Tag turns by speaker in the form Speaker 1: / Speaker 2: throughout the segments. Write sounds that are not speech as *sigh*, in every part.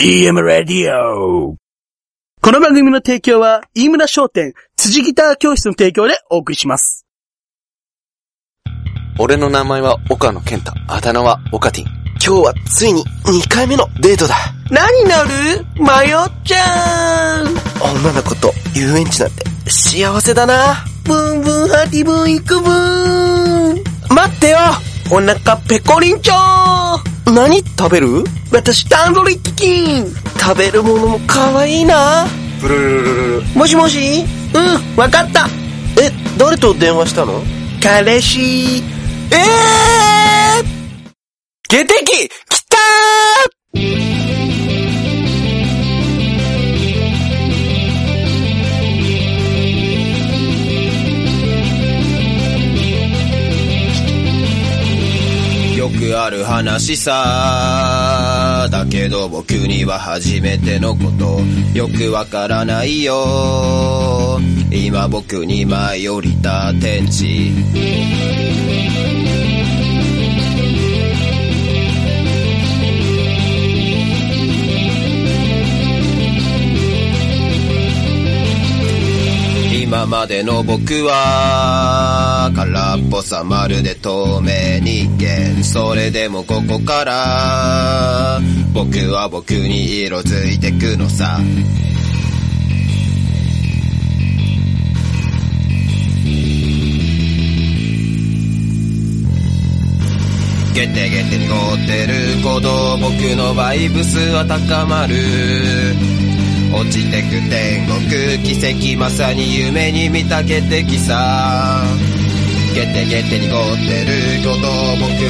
Speaker 1: EM ラディオ
Speaker 2: この番組の提供は、飯村商店、辻ギター教室の提供でお送りします。
Speaker 3: 俺の名前は岡野健太。あだ名は岡ティン。今日はついに2回目のデートだ。
Speaker 4: 何乗る迷っちゃう
Speaker 3: 女の子と遊園地なんて幸せだな。
Speaker 4: ブンブンハティブン行くブーン
Speaker 3: 待ってよ
Speaker 4: お腹ペコリンチョー
Speaker 3: 何食べる
Speaker 4: 私タンドリーチキン
Speaker 3: 食べるものも可愛いな。ブルルルルル。
Speaker 4: もしもしうん、わかった
Speaker 3: え、誰と電話したの
Speaker 4: 彼氏
Speaker 3: ええー下敵来た
Speaker 5: よくある話さだけど僕には初めてのことよくわからないよ今僕に舞い降りた天地今までの僕は空っぽさまるで透明人間それでもここから僕は僕に色づいてくのさゲテゲテ通ってる鼓動僕のバイブスは高まる落ちてく天国奇跡まさに夢に見たゲテキさゲテゲテに凍ってる鼓動僕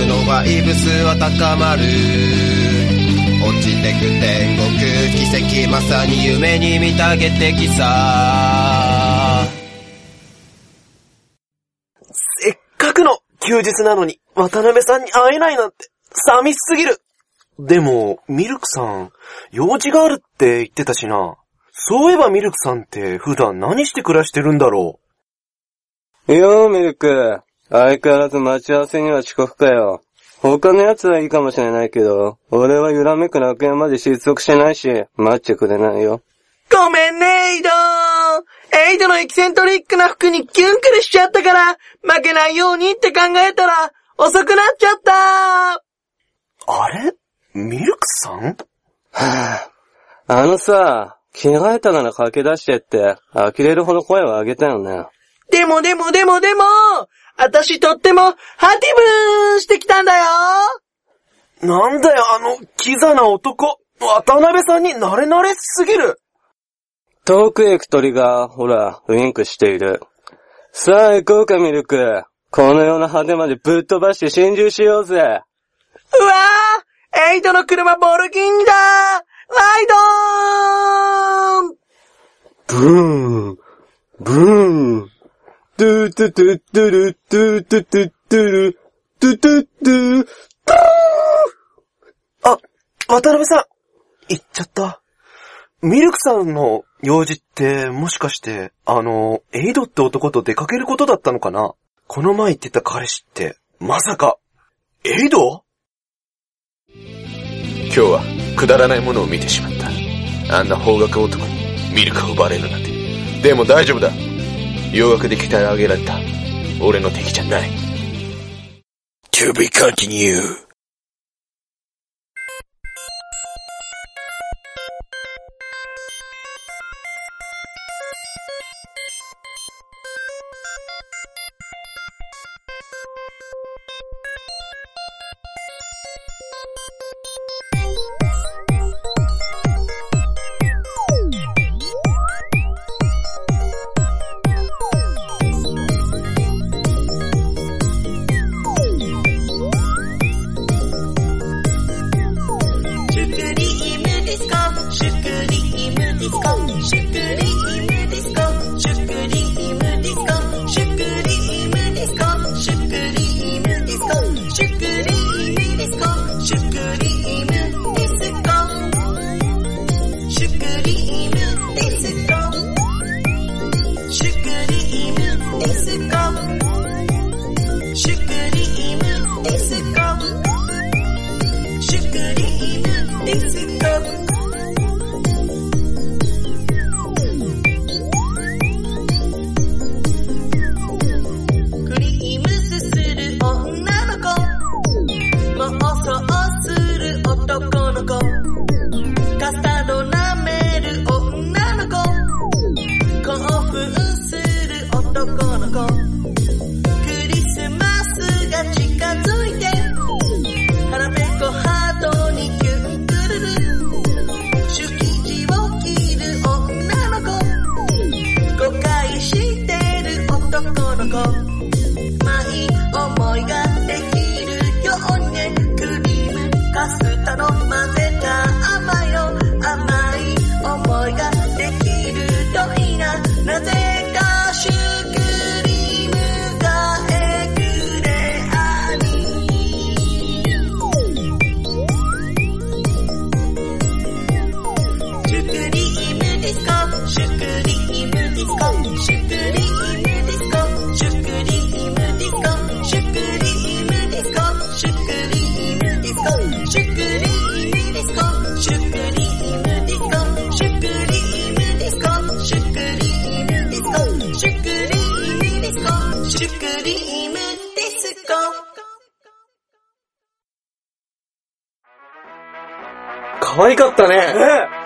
Speaker 5: のバイブスは高まる落ちてく天国奇跡まさに夢に見たゲテキさ
Speaker 4: せっかくの休日なのに渡辺さんに会えないなんて寂しすぎる
Speaker 6: でも、ミルクさん、用事があるって言ってたしな。そういえばミルクさんって普段何して暮らしてるんだろ
Speaker 7: いやー、ミルク。相変わらず待ち合わせには遅刻かよ。他の奴はいいかもしれないけど、俺は揺らめく楽園まで失速してないし、待ってくれないよ。
Speaker 4: ごめんね、エイドエイドのエキセントリックな服にキュンクルしちゃったから、負けないようにって考えたら、遅くなっちゃった
Speaker 6: うあれミルクさん
Speaker 7: あのさ、着替えたなら駆け出してって、呆れるほど声を上げたよね。
Speaker 4: でもでもでもでも、私とっても、ハティブーンしてきたんだよ
Speaker 6: なんだよ、あの、キザな男。渡辺さんに慣れ慣れすぎる。
Speaker 7: 遠くへ行く鳥が、ほら、ウインクしている。さあ行こうか、ミルク。このような派手までぶっ飛ばして侵入しようぜ。
Speaker 4: うわーエイドの車ボルキングだライドーン
Speaker 7: ブーン、ブーン、ドゥトゥトゥトゥル、ドゥトゥトゥトゥル、ドゥトゥトゥ、
Speaker 6: あ、渡辺さん。行っちゃった。ミルクさんの用事って、もしかして、あの、エイドって男と出かけることだったのかなこの前言ってた彼氏って、まさか、エイド
Speaker 3: 今日はくだらないものを見てしまったあんな方角男にミルクを奪われるなんてでも大丈夫だ洋楽で鍛え上げられた俺の敵じゃない
Speaker 1: To be continued.
Speaker 8: シュクリームディスコシュクリームディスコシュクリームディスコシュクリームディスコシュクリームディスコシュクリームディスコシュクリームディスコシュクリームディスコシュクリームディスコシュクリームディスコシュクリームディスコシュクリームディスコシュクリームディスコシュクリームディスコシュクリームディスコシュクリームディスコシュクリームディスコシュクリームディスコシュクリームディスコシュクリームディスコシュクリームディスコシュクリームディスコシュクリームディスコ
Speaker 6: 可愛かったね。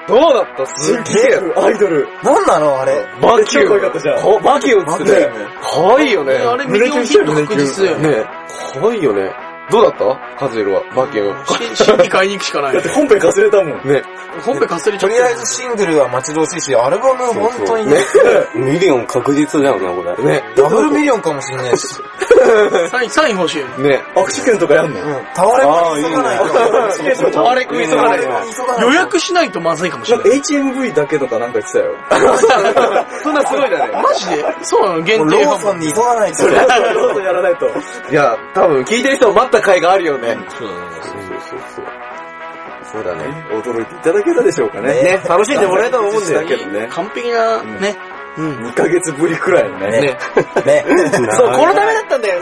Speaker 6: どうだったすっげえ。アイドル。
Speaker 2: なんなのあれ。
Speaker 6: バキュ
Speaker 2: 超可愛かったじゃん
Speaker 6: ー。バキューっつってね。可愛いよね。あれ、
Speaker 9: ミリオンヒット確実だよね
Speaker 6: ね可愛いよね。どうだったカズエルは。バキュー。
Speaker 9: 新規買いに行くしかない。
Speaker 6: 本編かすれたもん。ね。
Speaker 9: 本編かすれちゃ
Speaker 2: とり
Speaker 9: ってる
Speaker 2: あえずシングルは待ち遠しいし、アルバム本当にね
Speaker 6: ね。
Speaker 7: ミリオン確実だよな、これ。
Speaker 6: ね。
Speaker 2: ダブルミリオンかもしんないし。
Speaker 9: サイン、サイン欲しいよね。
Speaker 6: ね。握手券とかやん
Speaker 2: う
Speaker 6: の
Speaker 2: ん。タワレコに急がないと。
Speaker 6: タワレコ急がないと。
Speaker 9: 予約しないとまずいかもし
Speaker 6: な
Speaker 9: れ
Speaker 6: ん
Speaker 9: な
Speaker 6: か
Speaker 9: い。
Speaker 6: HMV だけとかなんか言ってたよ。 *laughs* そんなすごいだ *laughs* ね。
Speaker 9: マジでそうなの限
Speaker 2: ロ
Speaker 9: 定
Speaker 2: ー
Speaker 9: 販
Speaker 2: ソン
Speaker 9: 売。
Speaker 2: に急がない
Speaker 6: *laughs*
Speaker 2: と。
Speaker 6: そうそうやらないと。いや、多分聞いてる人も待った回があるよね。そうそうそう。そうだね。驚いていただけたでしょうかね。ね、楽しんでもらえたと思うんだけどね。
Speaker 9: 完璧な、ね。うん。
Speaker 6: 2ヶ月ぶりくらいのね。ね。
Speaker 2: ね。
Speaker 6: そう、このためだっ
Speaker 2: ね。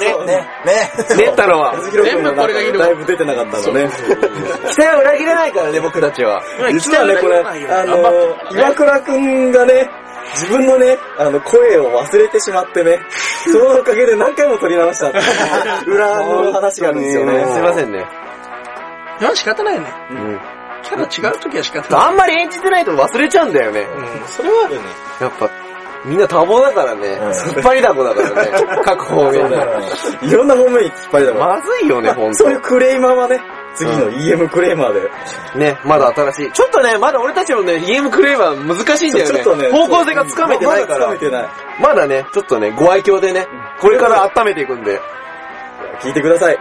Speaker 2: ね。
Speaker 6: た練ったのは。
Speaker 9: 全部これがいる
Speaker 6: だいぶ出てなかったのね。期待を裏切らないからね、僕たちは
Speaker 9: うん
Speaker 6: 実はね、
Speaker 9: 期待
Speaker 6: こ
Speaker 9: を
Speaker 6: れ、
Speaker 9: 裏切ら
Speaker 6: あ
Speaker 9: ないよ
Speaker 6: の、岩倉くんがね、自分のね、あの、声を忘れてしま *laughs* ってね、そのおかげで何回も取り直したっていう裏の話があるんですよね。
Speaker 7: すいませ
Speaker 6: んね。
Speaker 9: でも仕方ないよね。キャラ違う時は仕方ない。
Speaker 6: あんまり演じてないと忘れちゃうんだよね。
Speaker 9: うん
Speaker 6: それはあるね。やっぱ、みんな多忙だからね。引っ張りだこだからね。各方面だからね。いろんな方面に引っ張りだこ。まずいよね、ほんと。そういうクレーマーはね、次の EM クレーマーで。ね、まだ新しい。ちょっとね、まだ俺たちのね、EM クレーマー難しいんだよね。ちょっとね。方向性がつかめてないから。まだね、ちょっとね、ご愛嬌でね、これから温めていくんで。聞いてください。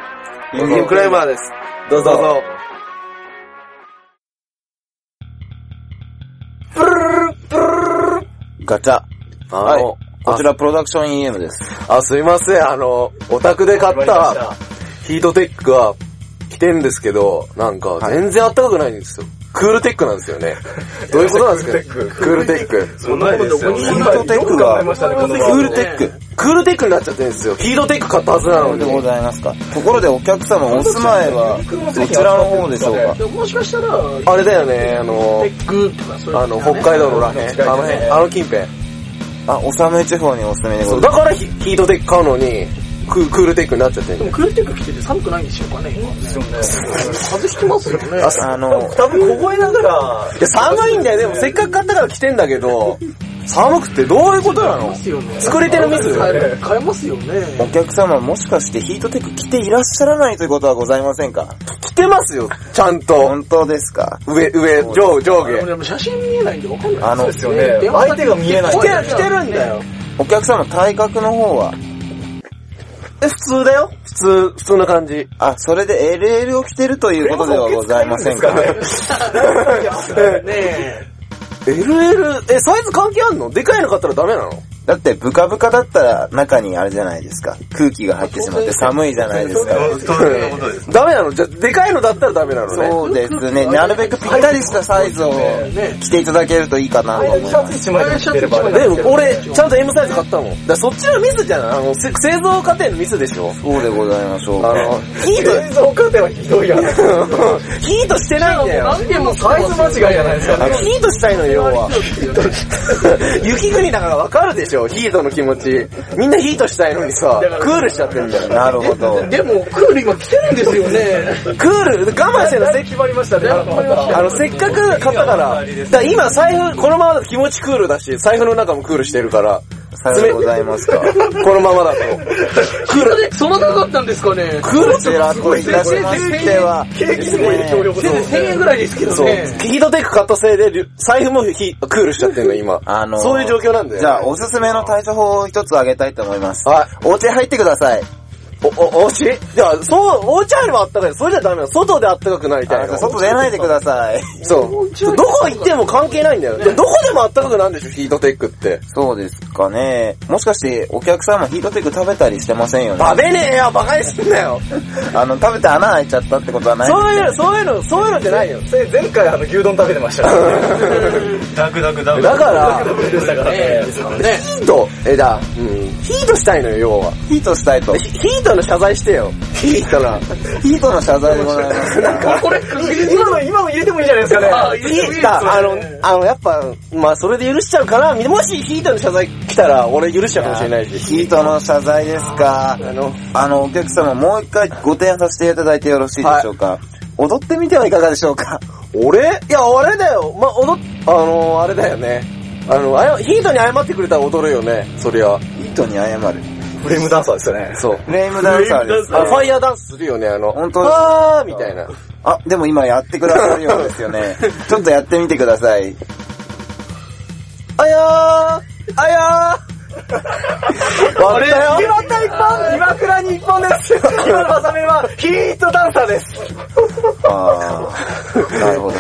Speaker 6: EM クレーマーです。どうぞ。
Speaker 5: ガチャ。あの、
Speaker 6: は
Speaker 5: こちらプロダクション EM です。
Speaker 6: あ、すいません、あの、オタクで買ったヒートテックは着てんですけど、なんか全然あったかくないんですよ。クールテックなんですよ
Speaker 5: *laughs*
Speaker 6: ね。どういうことなんですかクールテック。
Speaker 9: そんなことどこに
Speaker 5: ヒートテックが、
Speaker 6: クールテック。クールテックになっちゃってるんですよ。ヒートテック買ったはずなの
Speaker 5: で
Speaker 6: に。
Speaker 5: ございますか。ところでお客様お住まいは、どちらの方でしょうか
Speaker 9: でももしかしたら、
Speaker 6: あれだよね、あの
Speaker 9: テ、ックとかそういう
Speaker 6: あの、北海道のらへん、あの辺、あの近辺。
Speaker 5: あ、おさめ地方にお住みで
Speaker 6: そ
Speaker 5: ご
Speaker 6: う、
Speaker 5: ざ
Speaker 6: だ
Speaker 5: いま
Speaker 6: からヒヒートテック買うのに、ククールテックになっちゃってるん
Speaker 9: で
Speaker 6: だよ
Speaker 9: もクールテック着てて寒くないんでしょうかね、今ね。風邪ひきますよね。
Speaker 5: す。あの、
Speaker 6: 多分凍えながら、いや寒いんだよ、でもせっかく買ったから着てんだけど、寒くてどういうことなの
Speaker 9: ますよね。
Speaker 6: 作り手のミス
Speaker 9: 買え買えますよね。
Speaker 5: お客様もしかしてヒートテック着ていらっしゃらないということはございませんか
Speaker 6: 着てますよ、ちゃんと。
Speaker 5: 本当ですか
Speaker 6: 上、上、上、上
Speaker 9: でも
Speaker 6: 下。
Speaker 9: でも写真見えないんでわかんない。
Speaker 5: あの
Speaker 9: そうですよね。相手が見えない。
Speaker 6: 着て、着てるんだよ。
Speaker 5: お客様体格の方は、
Speaker 6: え、普通だよ。普通、普通な感じ。
Speaker 5: あ、それで LL を着てるということではございません
Speaker 6: *laughs*
Speaker 5: か
Speaker 9: ねえ。
Speaker 6: LL、え、サイズ関係あんのでかいの買ったらダメなの
Speaker 5: だってブカブカだったら中にあれじゃないですか。空気が入ってしまって寒いじゃないですか。
Speaker 6: ダメなのじゃ、でかいのだったらダメなのね。
Speaker 5: そうですね。なるべくぴったりしたサイズを着ていただけるといいかなと思います。
Speaker 9: シャツ一枚
Speaker 6: でも俺、ちゃんと M サイズ買ったもん。だからそっちのミスじゃないあの、せ製造過程のミスでしょ
Speaker 5: そうでございましょう
Speaker 6: あの、ヒート。製造過程はひどいやん。 *laughs* ヒートしてないんだよ。
Speaker 9: 何件もサイズ間違いじゃないですか。
Speaker 6: あのヒートしたいのよ、要は。雪国だからわかるでしょ、ヒートの気持ち。みんなヒートしたいのにさ、クールしちゃってるんだよ。
Speaker 5: なるほど。
Speaker 9: でも、クール今着てるんですよね。
Speaker 6: クール、我慢してるの、せっ決まりましたね。あの、あのせっかく買ったから、だから今財布、このままだと気持ちクールだし、財布の中もクールしてるから、
Speaker 5: さようでございますか。
Speaker 6: このままだと。
Speaker 9: クールで、その高かったんですかね。
Speaker 6: クール
Speaker 5: こちらといたしましては、
Speaker 9: 全然1000円ぐらいですけど
Speaker 6: そう
Speaker 9: ね。。
Speaker 6: ヒートテック買ったせいで、りゅ財布もひクールしちゃってるの、今。
Speaker 5: あのー
Speaker 6: そういう状況なんだよ。
Speaker 5: じゃあ、おすすめの対処法を一つ挙げたいと思います。
Speaker 6: はい。
Speaker 5: お家入ってください。
Speaker 6: お、お、おしじゃあ、そう、お家あればあったかい。それじゃダメだ。外であったかくなり
Speaker 5: あ
Speaker 6: たい
Speaker 5: なた。
Speaker 6: の
Speaker 5: 外出ないでください。
Speaker 6: そう。そうどこ行っても関係ないんだよ。でどこでもあったかくなるんでしょ、ヒートテックって。
Speaker 5: そうですかね。もしかして、お客さんもヒートテック食べたりしてませんよね。
Speaker 6: 食べねえよ、バカにすんな
Speaker 10: *laughs*
Speaker 6: よ。
Speaker 5: あの、食べて穴開いちゃったってことはない
Speaker 6: そういう、そういうの、そういうのじゃないよ。
Speaker 10: それ前回あの牛丼食べてましたねダクダクダク
Speaker 6: だから
Speaker 10: ダクダクでしたからね
Speaker 6: ヒート、え、だ、うん。ヒートしたいのよ、要は。
Speaker 5: ヒートしたいと。
Speaker 6: ヒヒートの謝罪して
Speaker 10: *laughs*
Speaker 6: よ。ヒートな。
Speaker 5: ヒートの謝罪でございます。
Speaker 10: これ
Speaker 6: *laughs*
Speaker 10: 今の今の入れてもいいじゃないですかねあ
Speaker 6: ヒータ、あの、あの、やっぱ、まあ、それで許しちゃうから、もしヒートの謝罪来たら、俺許しちゃうかもしれないし。
Speaker 5: ヒートの謝罪ですか。
Speaker 6: あの、
Speaker 5: あの、お客様、もう一回ご提案させていただいてよろしいでしょうか。踊ってみてはいかがでしょうか。
Speaker 6: 俺いや、あれだよ。まあ、踊っ、あのあれだよね。あの、あやヒートに謝ってくれたら踊るよね。そりゃ。
Speaker 5: ヒートに謝る。
Speaker 10: フレームダンサーですよね
Speaker 6: そう。
Speaker 5: フレームダンサーです、ね
Speaker 6: あ、ファイヤーダンスするよね、あの。
Speaker 5: 本当
Speaker 6: あーみたいな。
Speaker 5: あ、でも今やってくださるようですよ
Speaker 6: *laughs*
Speaker 5: ね。ちょっとやってみてください。
Speaker 6: あやーあや
Speaker 10: *laughs*
Speaker 6: ー割ったよ
Speaker 10: 岩田一本岩倉に一
Speaker 6: *laughs*
Speaker 10: 本です今の技名はヒートダンサーです
Speaker 5: あ
Speaker 6: *laughs*
Speaker 5: あ、なるほど。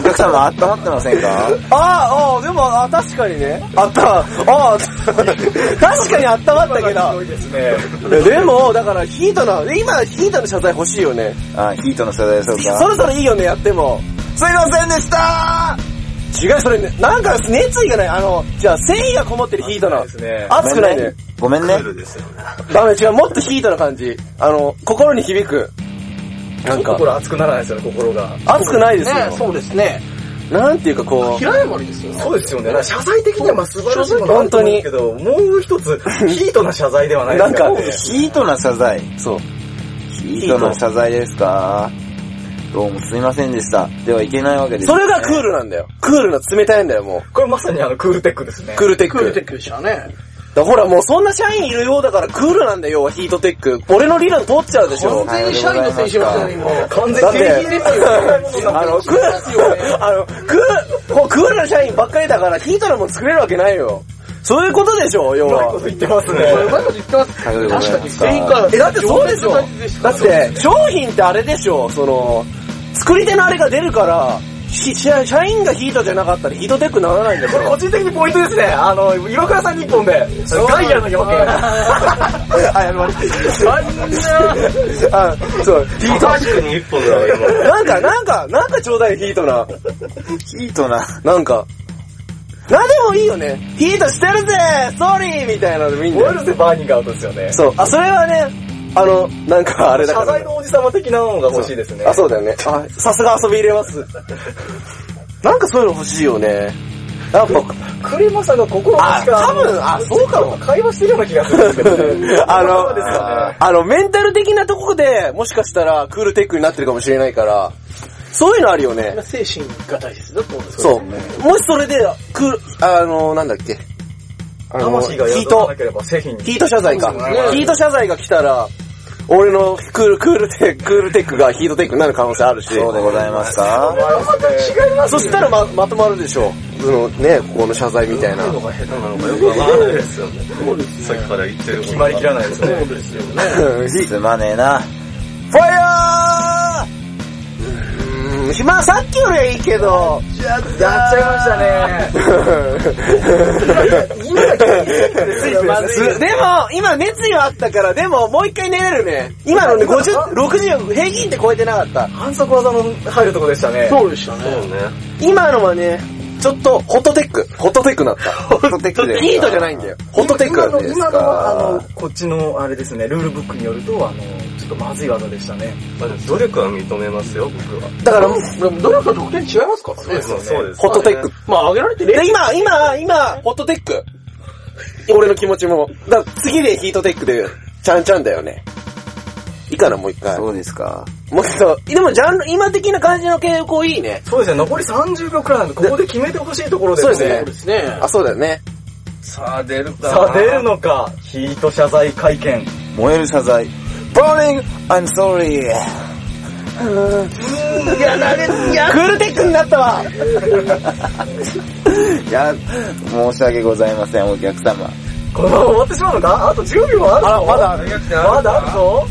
Speaker 5: お客様、温まってませんか
Speaker 6: あーあーでも、あ確かにね。あった。あー *laughs* 確かにあったまったけど。
Speaker 10: ですね
Speaker 6: でも、だからヒートな、今ヒートの謝罪欲しいよね。
Speaker 5: あヒートの世代でしょう
Speaker 6: そ
Speaker 5: か
Speaker 6: ろそろいいよね、やっても。すいませんでした違う、それね、なんか熱意がない。あの、じゃあ繊維がこもってるヒートな。
Speaker 10: ですね
Speaker 6: 熱くないね。
Speaker 5: ごめんね。
Speaker 6: ダメ、違う、もっとヒートな感じ。あの、心に響く。なんか、
Speaker 10: 心熱くならないですよね心が
Speaker 6: 熱くないですよ。
Speaker 4: そうですね。
Speaker 6: なんていうかこう、
Speaker 4: 平山にですよ。
Speaker 10: そうですよね。だから謝罪的にはまあ素晴らしいものだと思うけど、もう一つ、ヒートな謝罪ではないで
Speaker 6: な
Speaker 10: す
Speaker 6: ん
Speaker 10: か
Speaker 6: か
Speaker 10: ね。、
Speaker 5: ヒートな謝罪。
Speaker 6: そう。
Speaker 5: ヒートの謝罪ですかどうもすいませんでした。ではいけないわけです、
Speaker 6: それがクールなんだよ。クールな冷たいんだよ、も
Speaker 10: これまさにあの、クールテックですね
Speaker 6: う。。クールテック。
Speaker 4: クールテックでしたね。
Speaker 6: だからほらもうそんな社員いるようだからクールなんだよ、要はヒートテック。俺の理論通っちゃうでしょ。
Speaker 4: 完全に社員の選手がしてる今。
Speaker 10: 完
Speaker 6: だっ
Speaker 10: 全
Speaker 6: て、
Speaker 10: に景品です
Speaker 6: *laughs*
Speaker 10: よ。
Speaker 6: あの、クール、あの、クール、もうクールな社員ばっかりだからヒートなもん作れるわけないよ。そういうことでしょ、要は。
Speaker 10: 言ってますね。
Speaker 4: うまいこと言ってます。
Speaker 5: ということで
Speaker 4: 確かに正解。
Speaker 6: え、だってそうでしょ
Speaker 4: 情熱大事です。か
Speaker 6: だ
Speaker 4: ら
Speaker 6: って、商品ってあれでしょ、その、作り手のあれが出るから、ひ社社員がヒートじゃなかったらヒートテックにならないんだ
Speaker 10: これ
Speaker 6: よ。
Speaker 10: 個人的にポイントですね。あの、岩倉さんに一本で、ガイアの夜明
Speaker 6: あ、そう、ヒート。
Speaker 10: け。に一本だよ、
Speaker 6: なんか、なんか、なんかちょうだいヒートな。
Speaker 5: ヒートな。
Speaker 6: なんか、なんでもいいよね。ヒートしてるぜソーリーみたいなのでもいいんだ
Speaker 10: 燃え
Speaker 6: よ。
Speaker 10: るぜ、バーニングアウトですよね。
Speaker 6: そう。あ、それはね、あの、なんかあれだか
Speaker 10: 謝
Speaker 6: ら
Speaker 10: 罪。のおじさま的なのが欲しいですね。
Speaker 6: あ、そうだよね。あ、さすが遊び入れます。なんかそういうの欲しいよね。やっぱ、
Speaker 10: クレマさんが心
Speaker 6: あ、多分、あ、そうかも。。
Speaker 10: 会話してるような気がするんですけどね
Speaker 6: *laughs* あの
Speaker 10: そうですよね、
Speaker 6: あの、メンタル的なとこで、もしかしたらクールテックになってるかもしれないから、そういうのあるよね。
Speaker 4: 精神が大切だと思うんですよ。
Speaker 6: そう。もしそれで、クール、あの、なんだっけ。あの
Speaker 10: 魂が
Speaker 6: ヒー
Speaker 10: 宿ら
Speaker 6: ト
Speaker 10: な、ければ製品に。
Speaker 6: ヒート謝罪か
Speaker 10: そうです。ね
Speaker 6: ヒート謝罪が来たら、俺のクール、クールテック、クールテックがヒートテックになる可能性あるし。
Speaker 5: そうでございます
Speaker 6: *laughs*
Speaker 5: か
Speaker 10: 違います
Speaker 6: そしたらま、まとまるでしょう。そのね、ここの謝罪みたいな。
Speaker 10: 決まりきらないですね。
Speaker 5: すまねえな。
Speaker 6: ファイヤーうーん、まあさっきよりはいいけど。
Speaker 10: やっちゃいま
Speaker 6: *laughs*
Speaker 10: したね。今が
Speaker 6: すでも、今熱意はあったから、でももう一回寝れるね。今のね、50、60を平均って超えてなかった。
Speaker 10: 反則技の入るとこでしたね。
Speaker 4: そうでしたね。
Speaker 6: 今のはね、ちょっと、ホットテック。ホットテックになった。ホットテックで。ヒートじゃないんだよ。ホットテック
Speaker 10: 今の、
Speaker 6: です
Speaker 10: 今のは、あ
Speaker 6: か
Speaker 10: の、こっちの、あれですね、ルールブックによると、あの、ちょっとまずい技でしたね。努力は認めますよ、僕は。
Speaker 6: だから、
Speaker 4: でも努力の得点違いますからね。
Speaker 10: そうです。
Speaker 6: ホットテック。
Speaker 4: まあ、上げられて
Speaker 6: で、今、今、今、ホットテック。俺の気持ちも。だから次でヒートテックで、ちゃんちゃんだよね。いいかな、もう一回。
Speaker 5: そうですか。
Speaker 6: もう一度。でも、ジャンル、今的な感じの傾向いいね。
Speaker 10: そうですね、残り30秒くらいなんで、ここで決めてほしいところですね。
Speaker 6: そうですね
Speaker 4: ですね。
Speaker 6: あ、そうだよね。
Speaker 10: さあ、出るのか、ヒート謝罪会見。
Speaker 5: 燃える謝罪。Burning, I'm sorry.
Speaker 6: クールテックになったわ
Speaker 5: いや、申し訳ございません、お客様。
Speaker 6: このまま終わってしまうのかあと10秒あるぞまだあるまだあるぞ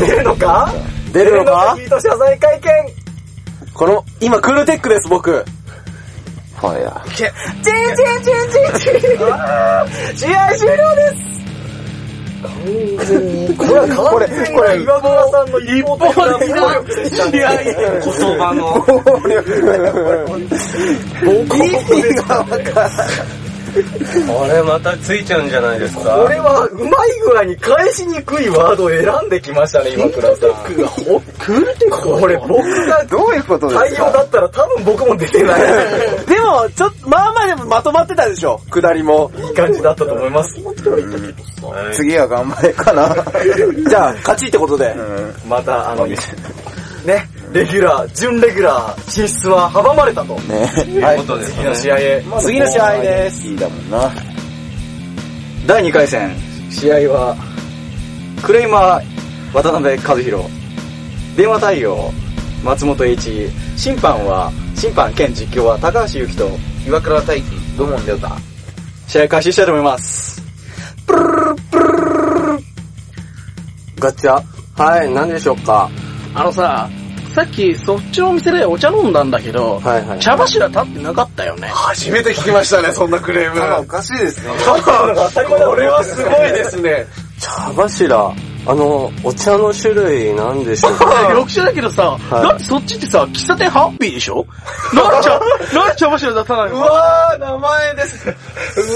Speaker 6: 出るのか
Speaker 5: 出るのか
Speaker 6: 出るのヒート謝罪会見
Speaker 5: この、今クールテックです、僕。ファイヤー。
Speaker 6: チンチンチンチンチン試合終了ですこれはこれ、これ、岩村さんの一方的な暴力でしたね。いやいや、言葉 *laughs* の。暴力だよ、これ。
Speaker 7: これまたついちゃうんじゃないですか
Speaker 6: これは、うまい具合に返しにくいワードを選んできましたね、今倉さん。クールテックが、クールテックこれ僕が、どういうことですか対応だったら多分僕も出てない。
Speaker 5: *laughs* でも、ちょっと、まあまあでもまとまってたでしょ、下りも。いい
Speaker 6: 感じだったと思います。
Speaker 11: 次は頑張れかな。
Speaker 5: じゃあ、勝ちってことで。
Speaker 6: また、あの、ね、レギュラー、準レギュラー、進出は阻まれたと。
Speaker 5: はい
Speaker 6: ということですね次の試合へ。
Speaker 5: 次の試合です。
Speaker 11: いいだもんな。
Speaker 5: 第2回戦、試合は、クレイマー、渡辺和弘、電話対応、松本栄一、審判は、審判兼実況は高橋由紀と、岩倉大輝、土門亮太。試合開始したいと思います。
Speaker 7: ガチャ。はい、何でしょうか
Speaker 10: あのさ、さっきそっちのお店でお茶飲んだんだけど、
Speaker 7: はいはい。
Speaker 10: 茶柱立ってなかったよね。
Speaker 12: 初めて聞きましたね、そんなクレーム。
Speaker 11: おかしいですね。
Speaker 12: これはすごいですね。
Speaker 7: 茶柱。あの、お茶の種類何でしょうか
Speaker 10: 緑茶だけどさ、
Speaker 7: い
Speaker 10: だってそっちってさ、喫茶店ハッピーでしょなんで茶、なんで茶柱出さないの
Speaker 6: うわー、名前です。う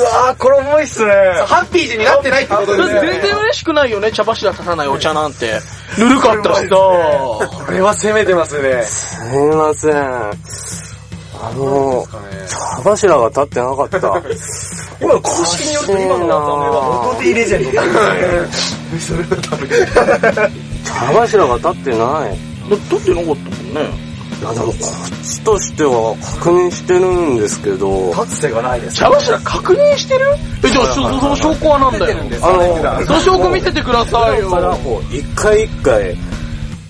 Speaker 6: わー、これ重いっすね。ハッピー時になってないってこと
Speaker 10: だって全然嬉しくないよね、茶柱立たないお茶なんて。ぬるか
Speaker 6: *laughs*
Speaker 10: ったしさ。
Speaker 6: これは攻めてますね。
Speaker 7: すいません。あの、茶柱が立ってな
Speaker 10: *laughs*
Speaker 7: かった。
Speaker 6: 今、公式によると今の名前は、元でレジェンド。
Speaker 7: 茶柱が立ってない。
Speaker 10: だって立ってなかったもんね。
Speaker 7: いやでもこっちとしては確認してるんですけど、あ
Speaker 6: 立つ瀬がないです。
Speaker 10: 茶柱確認してるえ、じゃあ、そその証拠はなんだよ。
Speaker 7: の、
Speaker 10: その証拠見せてくださいよ。
Speaker 7: こう一回一回、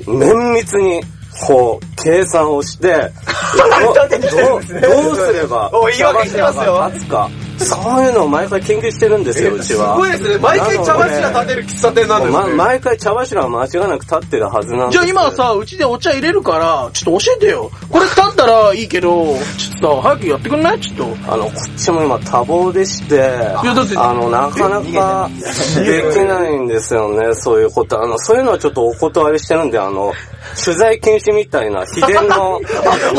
Speaker 7: 綿密に、こう、計算を
Speaker 6: *laughs*
Speaker 7: して、どうどうすれば、
Speaker 6: お言い訳してますよ
Speaker 7: 茶柱が立つか、そういうのを毎回研究してるんですよ、うちは。
Speaker 6: ですね。毎
Speaker 7: 回茶柱立
Speaker 6: てる喫茶店な
Speaker 7: ま毎回茶柱は間違いなく立ってるはずなんです
Speaker 10: じゃあ
Speaker 7: けど
Speaker 10: 今さ、うちでお茶入れるから、ちょっと教えてよ。これ立ったらいいけど、ちょっとさ、早くやってくんないちょっと。
Speaker 7: あの、こっちも今多忙でして、
Speaker 10: いやだって
Speaker 7: あの、なかなかできないんですよね、そういうこと。あの、そういうのはちょっとお断りしてるんで、あの、取材禁止みたいな秘伝
Speaker 6: *laughs*
Speaker 7: の、 *laughs*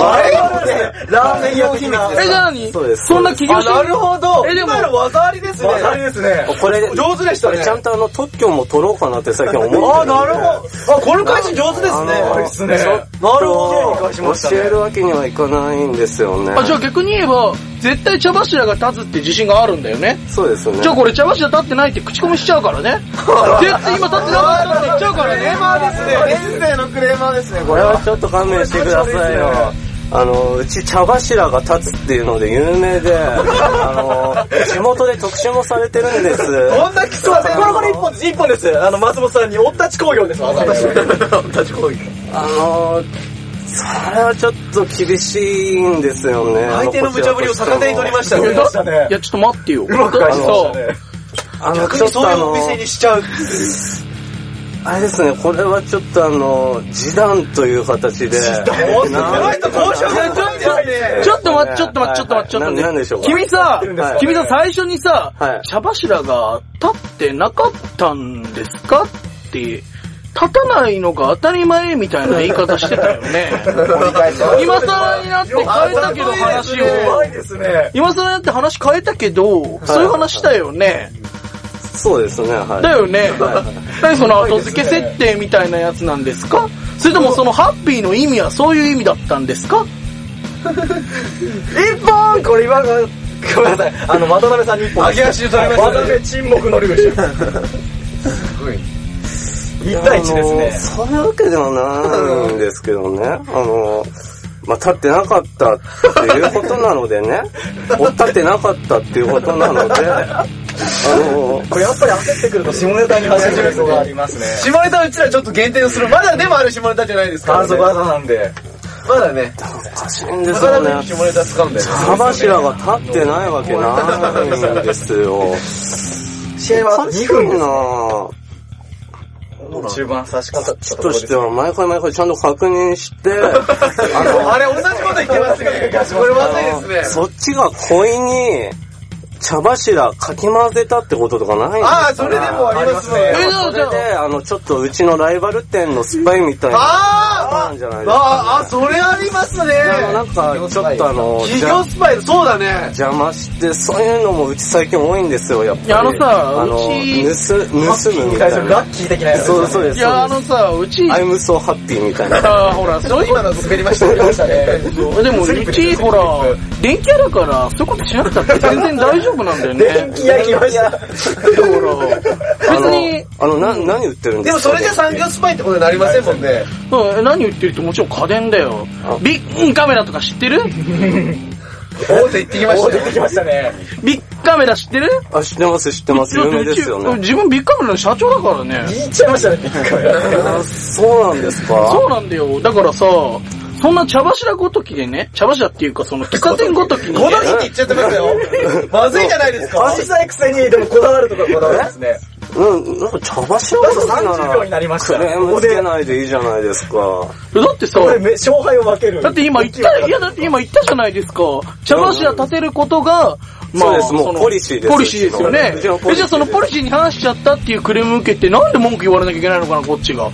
Speaker 6: ラーメン用品な。
Speaker 10: え、じゃあ何
Speaker 7: そうです
Speaker 10: んな企業してる
Speaker 6: ほど
Speaker 10: えでも
Speaker 6: 今の技ありですね。技ありですね。
Speaker 7: これ、
Speaker 6: 上手でした
Speaker 7: これちゃんとあの、特許も取ろうかなって最近思ってるんで。
Speaker 6: あー、なるほど。あ、これ返し上手で
Speaker 7: あ
Speaker 6: す
Speaker 7: の
Speaker 6: ね。
Speaker 7: ちょっと
Speaker 6: なるほど。
Speaker 7: 教えるわけにはいかないんですよね。
Speaker 10: あ、じゃあ逆に言えば、絶対茶柱が立つって自信があるんだよね。
Speaker 7: そうですね。
Speaker 10: じゃあこれ茶柱立ってないって口コミしちゃうからね。絶対今立ってなかったって言っちゃうからね。
Speaker 7: これはちょっと勘弁してくださいよ。あの、うち茶柱が立つっていうので有名で、あの、地元で特集もされてるんです。
Speaker 6: こんな喫茶店。これこれ一本です。一本です。あの、松本さんに、おったち工業です。おったち工業。
Speaker 7: あの、それはちょっと厳しいんですよね。
Speaker 6: 相手の無茶ぶりを逆手に取りましたね。
Speaker 10: いや、ちょっと待ってよ。
Speaker 6: うまく返しま
Speaker 10: だっ
Speaker 6: してた
Speaker 10: さ
Speaker 6: ね。
Speaker 7: あの、
Speaker 6: 逆
Speaker 7: ちょ
Speaker 6: に
Speaker 7: っ
Speaker 6: そう
Speaker 7: と
Speaker 6: い
Speaker 7: あ
Speaker 6: う
Speaker 7: の、
Speaker 6: お店にしちゃう。
Speaker 7: あれですね、これはちょっとあの、示談という形で。
Speaker 6: おっと、この人交渉が上手ですね。
Speaker 10: ちょっと待って、ちょっと待って、ちょっと待って、ちょっと
Speaker 7: ななん
Speaker 10: 待っ
Speaker 7: でしょう
Speaker 10: て。
Speaker 7: か
Speaker 10: 君さ
Speaker 7: は、い
Speaker 10: 君さ、最初にさ
Speaker 7: はい、
Speaker 10: 茶柱が立ってなかったんですかって、立たないのが当たり前みたいな言い方してたよ *laughs* ね。今更になって変えたけど話を。
Speaker 6: うまいですね。
Speaker 10: 今更になって話変えたけど、そういう話だよね。
Speaker 7: そうですね、はい。
Speaker 10: だよね
Speaker 7: は。
Speaker 10: 何その後付け設定みたいなやつなんですかそれともそのハッピーの意味はそういう意味だったんですか
Speaker 6: 一本これ今の、ごめんなさい。あの、渡辺さんに一本。揚げ足取りました。渡辺沈黙のルーシャ。すごい。1対1ですね。
Speaker 7: そういうわけではないんですけどね。あの、まあ、立ってなかったっていうことなので *laughs* ね。お立ってなかったっていうことなので、あの、
Speaker 6: これやっぱり焦ってくると下ネタに走ることがありますね。下ネタうちらちょっと限定する。まだでもある下ネタじゃないですか、反則技なんで。まだね。
Speaker 7: おかしいんです
Speaker 6: だ
Speaker 7: よ
Speaker 6: から
Speaker 7: ね。
Speaker 6: 下ネタ使うんだよね。
Speaker 7: 茶柱が立ってないわけないんですよ。
Speaker 6: 試合はあと2分
Speaker 7: いいなぁ。
Speaker 6: 中盤差し掛かった
Speaker 7: としては、毎回毎回ちゃんと確認
Speaker 6: *laughs*
Speaker 7: して、あの、
Speaker 6: あれ、同じこと言ってますね。これまずいですね。
Speaker 7: そっちが故意に、茶柱かき混ぜたってこととかないんですか
Speaker 6: ああ、それでもありますね。
Speaker 7: それで、あの、ちょっとうちのライバル店のスパイみたいな、
Speaker 6: あ
Speaker 7: なんじゃないで
Speaker 6: ー
Speaker 7: す
Speaker 6: あー、
Speaker 7: か、
Speaker 6: あ、それありますね。
Speaker 7: ね。なんか、ちょっとあの、
Speaker 6: 企
Speaker 7: じゃ
Speaker 6: 業スパイ、そうだね。
Speaker 7: 邪魔して、そういうのもうち最近多いんですよ、やっぱり。
Speaker 9: いやあのさ
Speaker 7: あの、
Speaker 9: うち
Speaker 7: 盗、盗むみたいな。
Speaker 6: ッキー的なや
Speaker 7: そうそうです。
Speaker 9: いや、あのさ、うち、
Speaker 7: アイムソーハッピーみたいな。
Speaker 9: あーほら、そういうこ
Speaker 6: 今の滑りましたね。滑りましたね
Speaker 9: と、でもうち、ほら、電気屋だから、そういうことしなくたって全然大丈夫なんだ
Speaker 7: *laughs*
Speaker 9: よね。
Speaker 6: 気焼きました。
Speaker 9: ほら、別
Speaker 7: あの
Speaker 9: に、、
Speaker 7: あの、な、何売ってるんで
Speaker 6: ですも
Speaker 7: か
Speaker 6: それじゃ産業スパイってことになりませんもんね。
Speaker 9: うん何言ってるってもちろん家電だよ。ビッグカメラとか知ってる
Speaker 6: 大手行ってきました。大手行ってきましたね。
Speaker 9: ビッグカメラ知ってる
Speaker 7: あ、知ってます、知ってます。有名ですよ
Speaker 9: だってうち
Speaker 7: ね。
Speaker 9: 自分ビッグカメラの社長だからね。
Speaker 6: 言っちゃいましたね、ビッグカメラ。
Speaker 7: あそうなんですか
Speaker 9: そうなんだよ。だからさ、そんな茶柱ごときでね、茶柱っていうかその喫茶店ごときにね
Speaker 6: この日って言っちゃってますよ。まずいじゃないですか。小さいくせに、でもこだわるとかこだわりますね。
Speaker 7: うん、なんか茶柱ごときな
Speaker 6: あと30秒にな
Speaker 7: ら、
Speaker 6: りまし
Speaker 7: ク
Speaker 6: た
Speaker 7: レームつけないでいいじゃないですか。
Speaker 9: だってさ、
Speaker 6: これめ、勝敗を分ける。
Speaker 9: だって今言った、いやだって今言ったじゃないですか。茶柱立てることが、ま
Speaker 7: そう
Speaker 9: あ、
Speaker 7: ですもう
Speaker 9: その
Speaker 7: ポリシーです
Speaker 9: ポリシーですよね。
Speaker 7: う
Speaker 9: え
Speaker 7: ち
Speaker 9: じ
Speaker 7: のポリシーです
Speaker 9: ゃあそのポリシーに話しちゃったっていうクレーム受けて、なんで文句言われなきゃいけないのかな、こっちが。
Speaker 7: だっ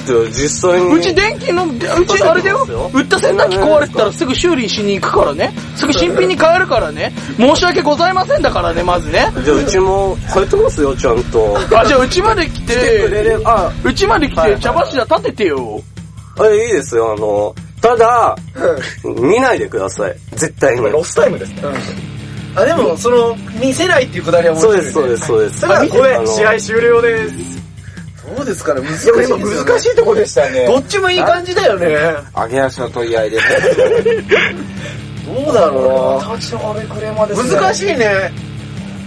Speaker 7: て実際に。
Speaker 9: うち電気の、うちあれだよ、売った洗濯機壊れてたらすぐ修理しに行くからね。すぐ新品に変えるからね。申し訳ございませんだからね、まず
Speaker 7: *laughs*
Speaker 9: ね。
Speaker 7: じゃあうちも変えてますよ、ちゃん
Speaker 6: *laughs*
Speaker 7: と。
Speaker 9: あ、じゃあうちまで来
Speaker 7: くれ
Speaker 9: て、
Speaker 7: れば、
Speaker 9: うちまで来て茶柱立ててよ。
Speaker 7: あ、あいいですよ、あの、ただ、見ないでください。絶対に。
Speaker 6: ロスタイムですね。あ、でも、その、見せないっていうくだりは
Speaker 7: そうです、そうです、そうです。
Speaker 6: だからこれ
Speaker 7: あの
Speaker 6: 試合終了です。どうですかね難しいでも今難しいとこでしたね。どっちもいい感じだよね。
Speaker 5: 揚げ足の取り合いでね。
Speaker 6: どうだろうな。立ちの悪いクレーマーです、難しいね。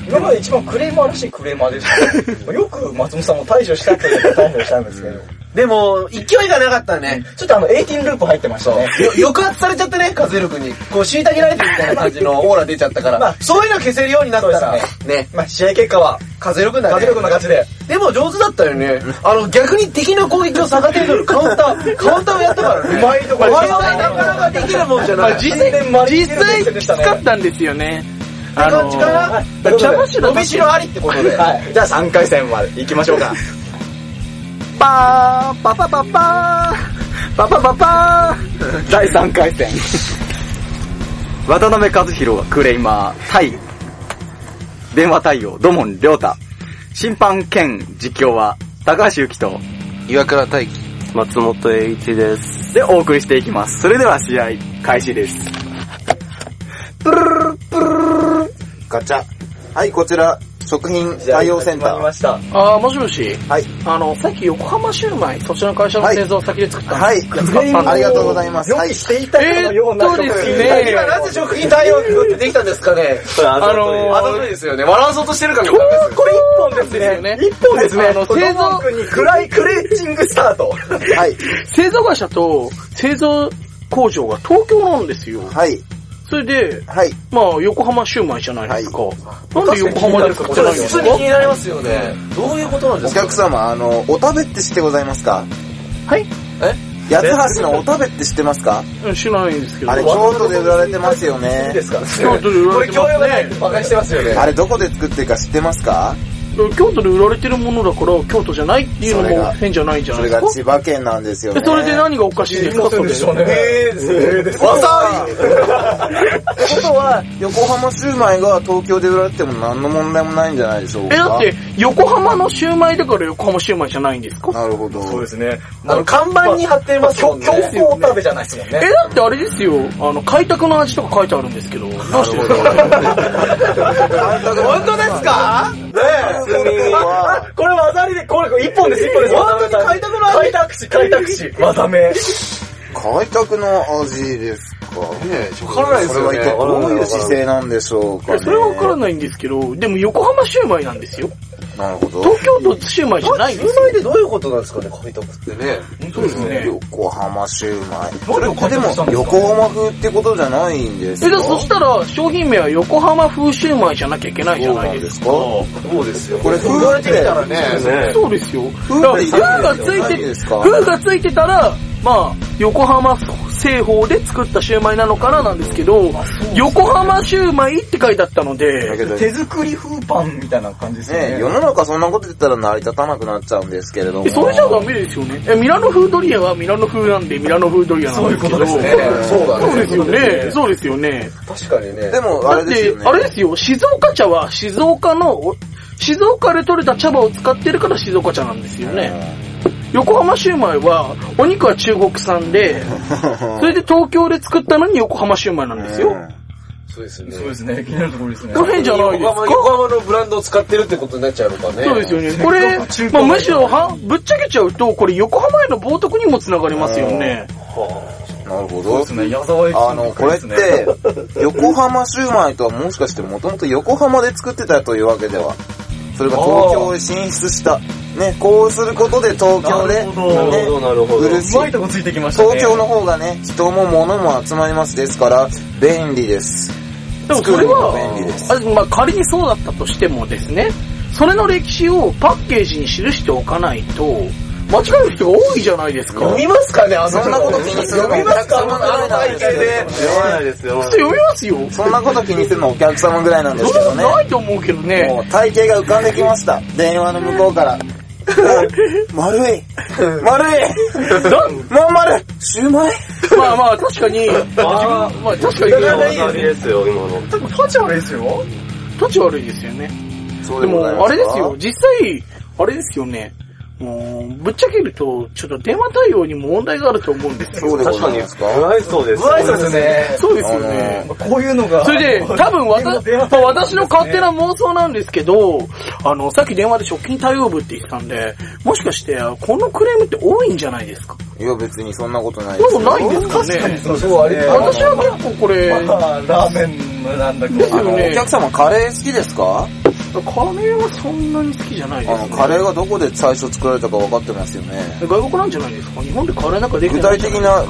Speaker 6: 今まで一番クレーマーらしいクレーマーでした。
Speaker 10: *laughs*
Speaker 6: よく松本さんも対処したって言うから対処したんですけど。でも、勢いがなかったね。ちょっとあの、18ループ入ってましたね。 *laughs* 抑圧されちゃってね、カズル君に。こう、虐げられてるみたいな感じのオーラ出ちゃったから。まあ、そういうの消せるようになったら、ね。まあ、試合結果は、カズル君だね。カズル君の勝ちで。でも上手だったよね。あの、逆に敵の攻撃を逆手に取るカウンター、カウンターをやったからね。うまいとこ我々なかなかできるもんじゃない。
Speaker 9: 実際、実際きつかったんですよね。あの、茶柱
Speaker 6: 伸びしろありってことで。じゃあ3回戦まで行きましょうか。
Speaker 9: パー、パパパパー、パパパパー。
Speaker 13: 第3回戦。渡辺和弘がクレイマー、対、電話対応、土門亮太。審判兼実況は、高橋由紀と、
Speaker 14: 岩倉大輝。
Speaker 7: 松本栄一
Speaker 6: *laughs*
Speaker 7: です。
Speaker 13: でお送りしていきます。それでは試合、開始です。
Speaker 5: ガチャ。はい、こちら、食品対応センター。
Speaker 6: した。
Speaker 9: あー、もしもし。
Speaker 5: はい。
Speaker 9: あの、さっき横浜シューマイ、そちらの会社の製造先で作った
Speaker 5: はい、ありがとうございます。はい、
Speaker 6: していた
Speaker 9: かのような食品
Speaker 6: 今なぜ食品対応ってできたんですかね
Speaker 9: あの
Speaker 6: あ
Speaker 9: ー
Speaker 6: ざといですよね。笑わそうとしてるから。
Speaker 9: これ一
Speaker 6: で
Speaker 9: 本
Speaker 6: すね
Speaker 9: 一本ですね。あの、製造、
Speaker 6: 君に暗いクレーチングスタート。
Speaker 5: はい、
Speaker 9: 製造会社と製造工場が東京なんですよ。
Speaker 5: はい、
Speaker 9: それで、
Speaker 5: はい。
Speaker 9: まあ、横浜シューマイじゃないですか。なんで横浜で作ってないんですか
Speaker 6: になりますよね。どういうことなんで
Speaker 5: お客様、あの、お食べって知ってございますか
Speaker 9: はい。
Speaker 5: 八つ橋のお食べって知ってますか
Speaker 9: うん知らないんですけど。
Speaker 5: あれ、京都で売られてますよ
Speaker 6: いいで
Speaker 5: ね。
Speaker 6: すか
Speaker 9: 京都で売
Speaker 6: こ
Speaker 9: ら
Speaker 6: れ
Speaker 9: れて
Speaker 6: 教
Speaker 9: ま
Speaker 6: 養がない
Speaker 9: す
Speaker 6: っ
Speaker 9: ね
Speaker 6: て馬鹿にしてますよね。
Speaker 5: あれ、どこで作ってるか知ってますか
Speaker 9: 京都で売られてるものだから、京都じゃないっていうの
Speaker 5: それ
Speaker 9: も
Speaker 5: が
Speaker 9: 変じゃないじゃ
Speaker 5: そ
Speaker 9: ない
Speaker 5: れ
Speaker 9: です
Speaker 5: が千葉
Speaker 9: か。
Speaker 5: 県なんですよね
Speaker 9: で。それで何がおかしいですかそれで。
Speaker 6: えーです。わさ
Speaker 5: ってことは、横浜シューマイが東京で売られても何の問題もないんじゃないでしょうか。
Speaker 9: え、だって、横浜のシューマイだから横浜シューマイじゃないんですか
Speaker 5: なるほど。
Speaker 6: そうですね。あの、看板に貼ってますもんね。強行食べじゃないですもん
Speaker 9: え、
Speaker 6: ね。
Speaker 9: だってあれですよ、あの、開拓の味とか書いてあるんですけど、どうしてですか
Speaker 6: 本当ですかねえ。ああ *laughs* これ技ありで、これ一本です、一本です。本当に開拓の開拓し、開拓し、技名。
Speaker 5: 開拓の味ですか。ね
Speaker 6: わからないですよね
Speaker 5: これは一体どういう姿勢なんでしょうか、ね。
Speaker 9: それはわからないんですけど、でも横浜シューマイなんですよ。
Speaker 5: なるほど。
Speaker 9: 東京都シューマイじゃないんです
Speaker 10: よ。シューマイでどういうことなんですかね、紙飛行
Speaker 5: ね。
Speaker 9: そうですね。
Speaker 5: 横浜シューマイ。
Speaker 10: ど
Speaker 5: そう
Speaker 10: い
Speaker 5: れ
Speaker 10: うこと
Speaker 5: でも
Speaker 10: なんですかね
Speaker 5: 横浜風ってことじゃないんです
Speaker 9: え、だ
Speaker 5: か
Speaker 9: そしたら、商品名は横浜風シューマイじゃなきゃいけないじゃないですか。そう
Speaker 10: そうですよ。
Speaker 5: これ
Speaker 10: 言わ
Speaker 5: 風
Speaker 10: れ
Speaker 5: ってて
Speaker 10: みたらね。
Speaker 9: ですよ。だ
Speaker 5: 風
Speaker 9: か
Speaker 5: っ
Speaker 9: ら、
Speaker 5: て
Speaker 9: 風がついて、
Speaker 5: ですか
Speaker 9: 風がついてたら、まあ、横浜製法で作ったシューマイなのかななんですけど、横浜シューマイって書いてあったの
Speaker 5: だ
Speaker 9: で、
Speaker 5: けど
Speaker 10: 手作り風パンみたいな感じですよ
Speaker 5: ね
Speaker 10: ね。
Speaker 5: 世の中そんなこと言ったら成り立たなくなっちゃうんですけれども。
Speaker 9: えそれじゃダメですよね。え、ミラノ風ドリアはミラノ風なんで、ミラノ風ドリアなんですけど。
Speaker 10: そういうことですね
Speaker 9: そうだねそうですよ
Speaker 10: そう
Speaker 9: ね。そうですよね。
Speaker 10: 確かにね。
Speaker 5: でも、あ
Speaker 9: だ
Speaker 5: れ
Speaker 9: っ
Speaker 5: です
Speaker 9: て
Speaker 5: よ、ね。
Speaker 9: あれですよ、静岡茶は静岡のお、静岡で採れた茶葉を使ってるから静岡茶なんですよね。横浜シューマイは、お肉は中国産で、
Speaker 10: *laughs*
Speaker 9: それで東京で作ったのに横浜シューマイなんですよ。
Speaker 6: そうですよね
Speaker 10: そうですね。気になるところですね。
Speaker 9: これ変じゃないですか
Speaker 6: 横浜のブランドを使ってるってことになっちゃうのかね。
Speaker 9: そうですよね。これ、まあ、むしろは、ぶっちゃけちゃうと、これ横浜への冒涜にも繋がりますよね。
Speaker 5: なるほ
Speaker 10: そう
Speaker 5: ど
Speaker 10: で。すね。矢沢駅
Speaker 5: あの、これって、横浜シューマイとはもしかしてもともと横浜で作ってたというわけでは、それが東京へ進出した。ね、こうすることで東京で、
Speaker 10: なる
Speaker 5: ね、
Speaker 6: なるほ
Speaker 5: 売
Speaker 6: ど。
Speaker 5: るし
Speaker 10: う、まいとこついてきましたね。
Speaker 5: 東京の方がね、人も物も集まりますですから、便利です。
Speaker 9: でもそ
Speaker 5: 作
Speaker 9: れは
Speaker 5: るのが便利で、
Speaker 9: あまあ、仮にそうだったとしてもですね、それの歴史をパッケージに記しておかないと、間違える人が多いじゃないですか。
Speaker 10: 見ますかねあの
Speaker 5: そんなこと気にする
Speaker 10: 読みますかあの大会で。
Speaker 6: ないですよ。
Speaker 9: 読みますよ。
Speaker 5: そんなこと気にするのお客様ぐらいなんですけどね。
Speaker 9: ないと思うけど
Speaker 5: も
Speaker 9: ね。
Speaker 5: う体型が浮かんできました。電話の向こうから。お丸い
Speaker 9: *laughs*
Speaker 5: 丸いまん丸シューマイ
Speaker 9: *laughs* まあまあ、確かに、自分まあ確かに、
Speaker 6: 当たりですよ、今の。
Speaker 10: 多分立ち悪いですよ。
Speaker 9: 立ち悪いですよね。
Speaker 5: そう
Speaker 9: で
Speaker 5: ご
Speaker 9: も
Speaker 5: ざい、ま
Speaker 9: あれです
Speaker 5: か
Speaker 9: よ、実際、あれですよね。もう、ぶっちゃけると、ちょっと電話対応にも問題があると思うんです
Speaker 5: そう
Speaker 9: よ。
Speaker 5: でございますか
Speaker 6: 不愛想です。
Speaker 10: 不愛想ですね。
Speaker 9: そうですよね。
Speaker 10: こういうのが。
Speaker 9: それで、多分
Speaker 10: 電話
Speaker 9: 私、
Speaker 10: 電話
Speaker 9: まあ私の勝手な妄想なんですけど、あの、さっき電話で食品対応部って言ってたんで、もしかして、このクレームって多いんじゃないですか
Speaker 5: いや別にそんなことないで
Speaker 9: ですも
Speaker 5: よ。
Speaker 9: ないんですかね
Speaker 10: そうそう、あれ
Speaker 9: 私は結構これ、
Speaker 10: まあ、ラーメンなんだけ
Speaker 9: です
Speaker 10: ど。
Speaker 9: よ
Speaker 5: お
Speaker 9: ね。
Speaker 5: 客様カレー好きですか
Speaker 9: カレーはそんなに好きじゃないで
Speaker 5: あ
Speaker 9: す
Speaker 5: の、
Speaker 9: ね。
Speaker 5: カレーがどこで最初作られたか分かってますよね。
Speaker 9: 外国なんじゃないですか日本でカレーなんかでき
Speaker 5: 具
Speaker 9: な
Speaker 5: 体
Speaker 9: いんじゃ
Speaker 5: 的
Speaker 9: ない
Speaker 5: な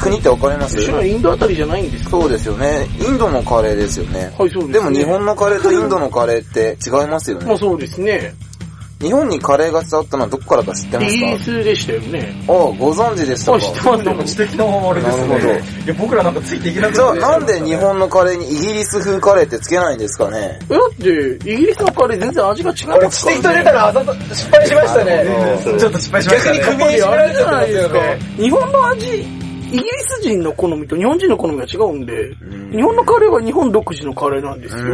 Speaker 5: 国って分かります
Speaker 9: うちのインドあたりじゃないんですか
Speaker 5: そうですよね。インドのカレーですよね。
Speaker 9: はい、そうです、ね。
Speaker 5: でも日本のカレーとインドのカレーって違いますよ
Speaker 9: まあ
Speaker 5: ね。
Speaker 9: そうですね。
Speaker 5: 日本にカレーが伝わったのはどこからか知って
Speaker 9: イ
Speaker 5: ま
Speaker 9: ギリ
Speaker 5: すか
Speaker 9: スでしたよね。
Speaker 5: あご存知でした
Speaker 9: あ、
Speaker 5: か
Speaker 9: 知ってます
Speaker 10: なんか知的なあれです
Speaker 5: なる
Speaker 10: ね。いや、僕らなんかついていけなく
Speaker 5: じゃあ
Speaker 10: な
Speaker 5: なんで日本のカレーにイギリス風カレーってつけないんですかね
Speaker 9: えだって、イギリスのカレー全然味が違い
Speaker 10: これ
Speaker 9: ますから、
Speaker 10: 知的
Speaker 9: ね。
Speaker 10: と出たらあざと、失敗しましたね。ちょっと失敗しましたね。
Speaker 9: 逆に首に縛られて
Speaker 10: ゃ
Speaker 9: ないですか。日本の味、イギリス人の好みと日本人の好みが違うんで、日本のカレーは日本独自のカレーなんですよ。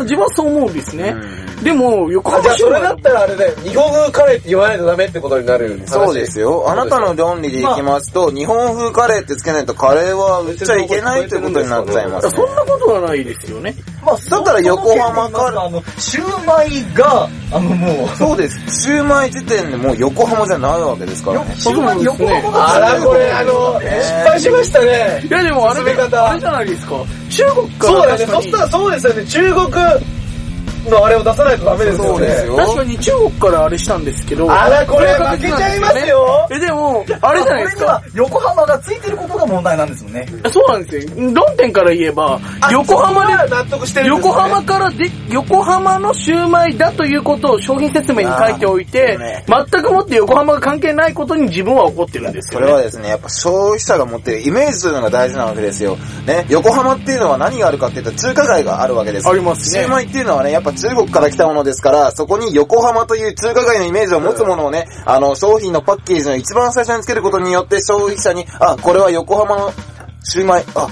Speaker 9: 自分はそう思うんですね。でも、横
Speaker 6: じゃ
Speaker 9: 浜
Speaker 6: あ
Speaker 9: 市
Speaker 6: それ
Speaker 9: 内
Speaker 6: だったらあれで、日本風カレーって言わないとダメってことになる。
Speaker 5: そうですよ。あなたの論理でいきますと、日本風カレーってつけないとカレーは売っちゃいけないということになっちゃいますね。
Speaker 9: そんなことはないですよね。
Speaker 10: まあ、
Speaker 5: だったら横浜から
Speaker 10: あの、シューマイが、あのもう、
Speaker 5: そうです。シューマイ時点でもう横浜じゃないわけですからね。
Speaker 10: シューマイ横浜が。
Speaker 6: あら、これ、あの、失敗しましたね。
Speaker 9: いやでもあれ、
Speaker 6: 進め方
Speaker 9: あれじゃないですか。中国から
Speaker 6: そうだよね。
Speaker 9: 確か
Speaker 6: そ
Speaker 9: に
Speaker 6: したらそうですよね。中国のあれを出さないとダメです
Speaker 5: そ
Speaker 6: よ
Speaker 5: うです
Speaker 6: ね。
Speaker 5: よ。
Speaker 9: 確かに中国からあれしたんですけど。
Speaker 6: あら、これ
Speaker 9: そは
Speaker 6: 負
Speaker 9: 確
Speaker 6: け
Speaker 9: 実
Speaker 6: ちゃ
Speaker 9: ないんで
Speaker 6: ますす
Speaker 9: よね。
Speaker 6: よ。
Speaker 9: え、でも、あれじゃないですか。。
Speaker 10: 横浜がついてることが問題なんですもんね。
Speaker 9: そうなんですよ。論点から言えば、横浜で
Speaker 6: で納得してるんです
Speaker 9: 横浜からで、横浜のシューマイだということを商品説明に書いておいて、全くもって横浜が関係ないことに自分は怒ってるんで
Speaker 5: そ
Speaker 9: すよ、
Speaker 5: れ
Speaker 9: ね。
Speaker 5: はですね、やっぱ消費者が持ってるイメージというのが大事なわけですよ。ね、横浜っていうのは何があるかっていうと中華街があるわけです。
Speaker 9: ありますね
Speaker 5: シューマイっていうのはね、やっぱ中国から来たものですから、そこに横浜という中華街のイメージを持つものをね、あの、商品のパッケージの一番最初につけることによって消費者に、あ、これは横浜のシューマイ、あ、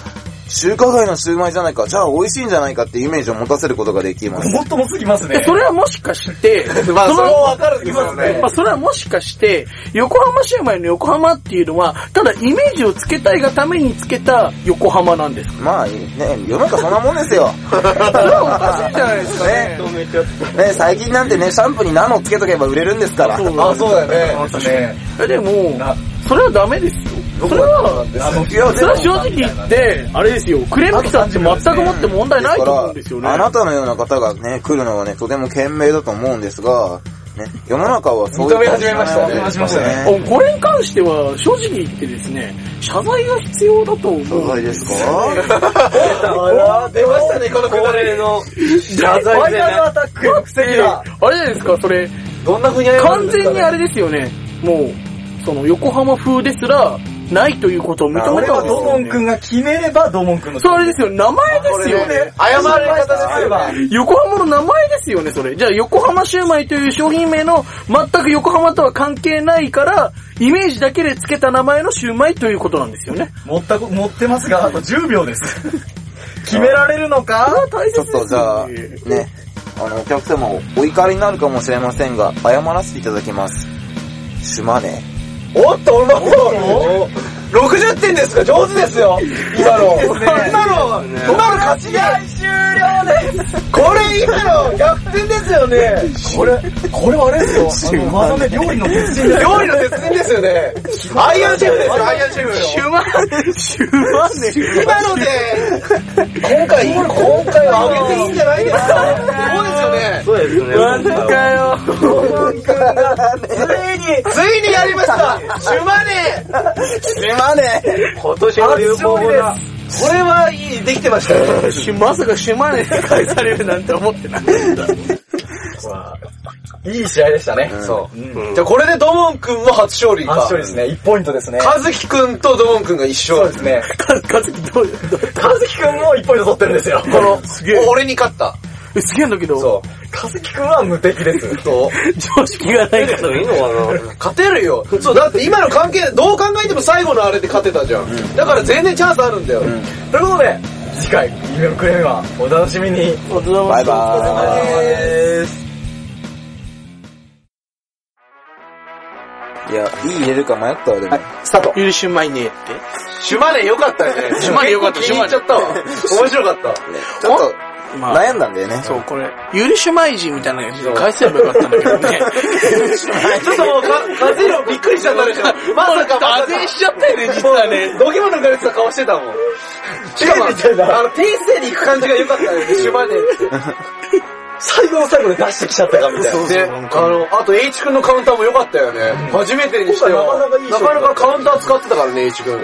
Speaker 5: 中華街のシューマイじゃないか、じゃあ美味しいんじゃないかっていうイメージを持たせることができます。
Speaker 10: もっともすぎますね。
Speaker 9: それはもしかして、
Speaker 6: *laughs* まあ、
Speaker 9: そ
Speaker 6: それ
Speaker 9: の
Speaker 6: もわかるんですよね
Speaker 9: ま。あ、それはもしかして、横浜シューマイの横浜っていうのは、ただイメージをつけたいがためにつけた横浜なんですか
Speaker 5: まあ、ね、世の中そんなもんですよ。
Speaker 9: それはおかしいじゃないですかね。
Speaker 5: ね、最近なんてね、シャンプーにナノつけとけば売れるんですから。
Speaker 9: そう
Speaker 6: あ、そうだよね。
Speaker 10: そうですね。
Speaker 9: えでも、それはダメですよ。
Speaker 10: それは、それは正直言って、あれですよ、クレーム来たって全くもって問題ないと思うんですよね。
Speaker 5: あなたのような方がね、来るのはね、とても賢明だと思うんですが、ね、世の中はそういう
Speaker 10: 認め始めましたね
Speaker 5: 認め始めましたね
Speaker 10: おこれに関しては、正直言ってですね、謝罪が必要だと思う。謝罪
Speaker 5: ですか
Speaker 6: 出ましたね、このくだりの。
Speaker 10: 謝
Speaker 6: ファイナルアタックの布石だ。
Speaker 10: あれじゃないですか、それ。
Speaker 6: どんな風に謝るん
Speaker 10: 完
Speaker 6: ですかね
Speaker 10: 全にあれですよね。もう、その、横浜風ですら、ないということを認めた
Speaker 6: これは
Speaker 10: んです
Speaker 6: ド
Speaker 10: よ
Speaker 6: モン君が決めればドモン君の。
Speaker 10: そうあれですよ、名前ですよ
Speaker 6: これね謝る形すれば
Speaker 10: 横浜の名前ですよね、それ。じゃあ、横浜シューマイという商品名の、全く横浜とは関係ないから、イメージだけで付けた名前のシューマイということなんですよね。
Speaker 6: 持ったこ、持ってますが、あと10秒です。 *laughs* 決められるのか
Speaker 10: *laughs*
Speaker 5: ちょっとじゃあ、ね、あの、お客様おお怒りになるかもしれませんが、謝らせていただきます。すまね
Speaker 6: おっと、おっと、60点ですか上手ですよ今の。今の、今の勝ちが終了ですこれ今の逆転ですよねこれ、これはあれですよ。あの、まさめ料理の鉄人です。料理の鉄人ですよね。アイアンシェフですよ、アイアンシェフ。
Speaker 10: シュマネ、シュマネ。
Speaker 6: 今ので、今回、今回は上げていいんじゃないですかそうですよね。そうですね。
Speaker 10: かよ。
Speaker 6: ついにやりましたシュマネシュマネ今年は有効だ。これはいい、できてましたね。
Speaker 10: まさかシュマネで返されるなんて思ってなかった。
Speaker 6: いい試合でしたね。そう。じゃあこれでドモン君も初勝利か。初勝利ですね。1ポイントですね。カズキ君とドモン君が一勝。そうですね。
Speaker 10: か、かずきどういう、どう
Speaker 6: カズキ君も1ポイント取ってるんですよ。この、
Speaker 10: すげえ
Speaker 6: 俺に勝った。
Speaker 10: えすげえんだけど、
Speaker 6: そう。カズキ君は無敵です。そう。
Speaker 10: 常識がないから。
Speaker 7: いいのかな
Speaker 6: 勝てるよ。そう、だって今の関係、どう考えても最後のあれで勝てたじゃん。だから全然チャンスあるんだよ。ということで、次回、夢のクレームはお楽しみに。
Speaker 5: え。バイバーイ。いや、いい入れるか迷ったわ、でも。
Speaker 6: スタート。
Speaker 10: ゆるシュマイネって。
Speaker 6: シュマネよかったね。
Speaker 10: シュマネ良かった
Speaker 6: 気に入っちゃったわ。面白かった。
Speaker 5: ちょっと、
Speaker 10: まあ、
Speaker 5: 悩んだんだよね。
Speaker 10: そう、これ、ゆるシュマイ人みたいなやつ返せばよかったんだけど *laughs* ね。
Speaker 6: ちょっともう、か、風よびっくりしちゃったでしょ。まさか、
Speaker 10: あぜしちゃったよね、実はね。
Speaker 6: ドキモ抜かれてた顔してたもん。しかも、あの、訂正に行く感じが良かったね、シュマネって。最後の最後で出してきちゃったかみたいな。で、あの、あと H 君のカウンターも良かったよね。初めてにしては。なかなかカウンター使ってたからね、H 君。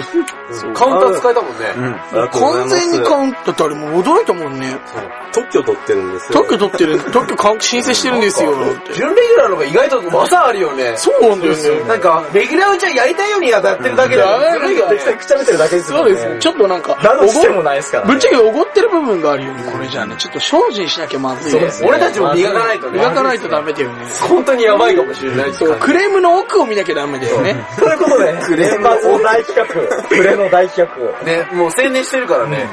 Speaker 6: カウンター使えたもんね。
Speaker 10: 完全にカウントってあれもう驚いたもんね。
Speaker 7: 特許取ってるんですよ。
Speaker 10: 特許取ってる、特許か申請してるんですよ。
Speaker 6: 準レギュラーの方が意外と技あるよね。
Speaker 10: そうなんですよ。
Speaker 6: なんか、レギュラーうちはやりたいようにやってるだけで、準レギュラー適当にくちゃべてるだけです
Speaker 10: そうですね。ちょっとなんか、
Speaker 6: 何の
Speaker 10: おご
Speaker 6: してもないですからね
Speaker 10: ぶっちゃけおごってる部分があるよね、これじゃあね。ちょっと精進しなきゃまずい。そうです
Speaker 6: 俺たちも磨かないとね。
Speaker 10: 磨かないとダメだよね。
Speaker 6: 本当にやばいかもしれないです
Speaker 10: そう、クレームの奥を見なきゃダメだよね。
Speaker 6: ということで、 *laughs* クレーの大企 *laughs* 画。クレの大企画。ね、もう宣伝してるからね。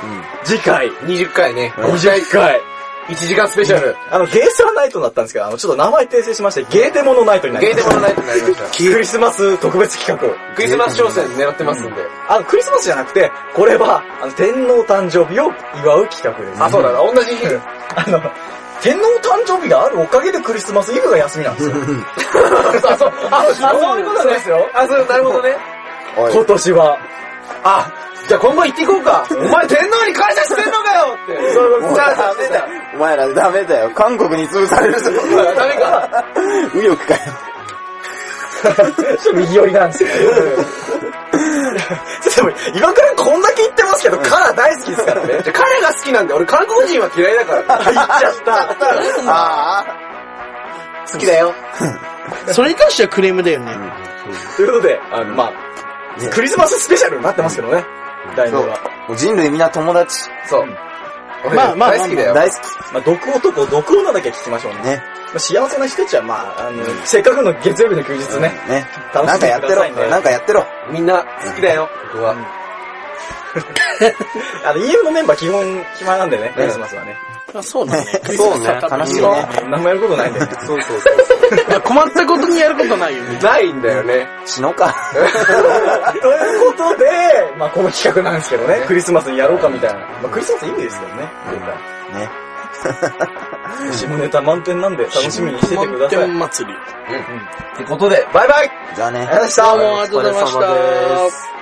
Speaker 6: 次回。20回ね。20回。1時間スペシャル。あの、ゲーセラナイトだったんですけど、あの、ちょっと名前訂正しまして、ゲーテモノナイトになりました。ゲーテモノナイトになりました。クリスマス特別企画。クリスマス商戦狙ってますんで。あの、クリスマスじゃなくて、これは、あの、天皇誕生日を祝う企画です。あ、そうだな、同じ日。あの、天皇誕生日があるおかげでクリスマスイブが休みなんですよ。あ、そう、あ、そういうことですよ。あ、そう、なるほどね。
Speaker 5: おい
Speaker 6: *laughs* 今年は。あ、じゃあ今後行っていこうか。お前天皇に感謝してんのかよって。そう、じゃあダメだよ。
Speaker 5: お前らダメだよ。韓国に潰されるぞ。
Speaker 6: ダメか。
Speaker 5: 右翼かよ。
Speaker 6: ちょっと右寄りなんですよ。でも、今からこんだけ言ってますけど、カラ大好きですからね。 *laughs* 彼が好きなんで、俺韓国人は嫌いだから。言っちゃった。ああ。好きだ *laughs* よ。
Speaker 10: それに関してはクレームだよね。
Speaker 6: ということで、あの、まあ、クリスマススペシャルになってますけどね。題名は。
Speaker 5: もう人類みんな友達。
Speaker 6: そう。
Speaker 10: まあまあ
Speaker 6: 大好きだよ。
Speaker 5: 大好き。
Speaker 6: まあ、毒男、毒女だけ聞きましょうね。
Speaker 5: ね
Speaker 6: まあ、幸せな人たちは、まあ、あの、せっかくの月曜日の休日ね、
Speaker 5: ね。
Speaker 6: 楽
Speaker 5: な
Speaker 6: し
Speaker 5: ん
Speaker 6: ん
Speaker 5: かや
Speaker 6: で
Speaker 5: っ
Speaker 6: く
Speaker 5: て
Speaker 6: ださいね。
Speaker 5: ろ。なんかやってろ。
Speaker 6: みんな好きだよ、僕は。 *laughs* あの、EM のメンバー基本暇なんでね、クリスマスはね。
Speaker 10: あそう
Speaker 6: *laughs*
Speaker 10: だね。
Speaker 5: そうね。悲しいね。
Speaker 6: 何もやることないんだよ。そうそうそう。
Speaker 10: いや困ったことにやることないよね。
Speaker 6: *laughs* ないんだよね。
Speaker 5: 死のうか。
Speaker 6: ということで、まあこの企画なんですけどね、クリスマスにやろうかみたいな。まあクリスマスいいですけどね、
Speaker 5: ね。
Speaker 6: *laughs* 下ネタ満点なんで楽しみにしててください。
Speaker 10: 満点祭り。
Speaker 6: ってことで、バイバイ
Speaker 5: じゃあね。
Speaker 6: ありがとうございました。
Speaker 10: どうもありがとうございました。